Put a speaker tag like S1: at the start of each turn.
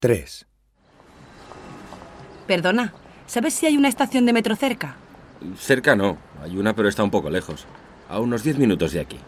S1: 3.
S2: Perdona, ¿sabes si hay una estación de metro cerca?
S3: Cerca no, hay una pero está un poco lejos. A unos 10 minutos de aquí.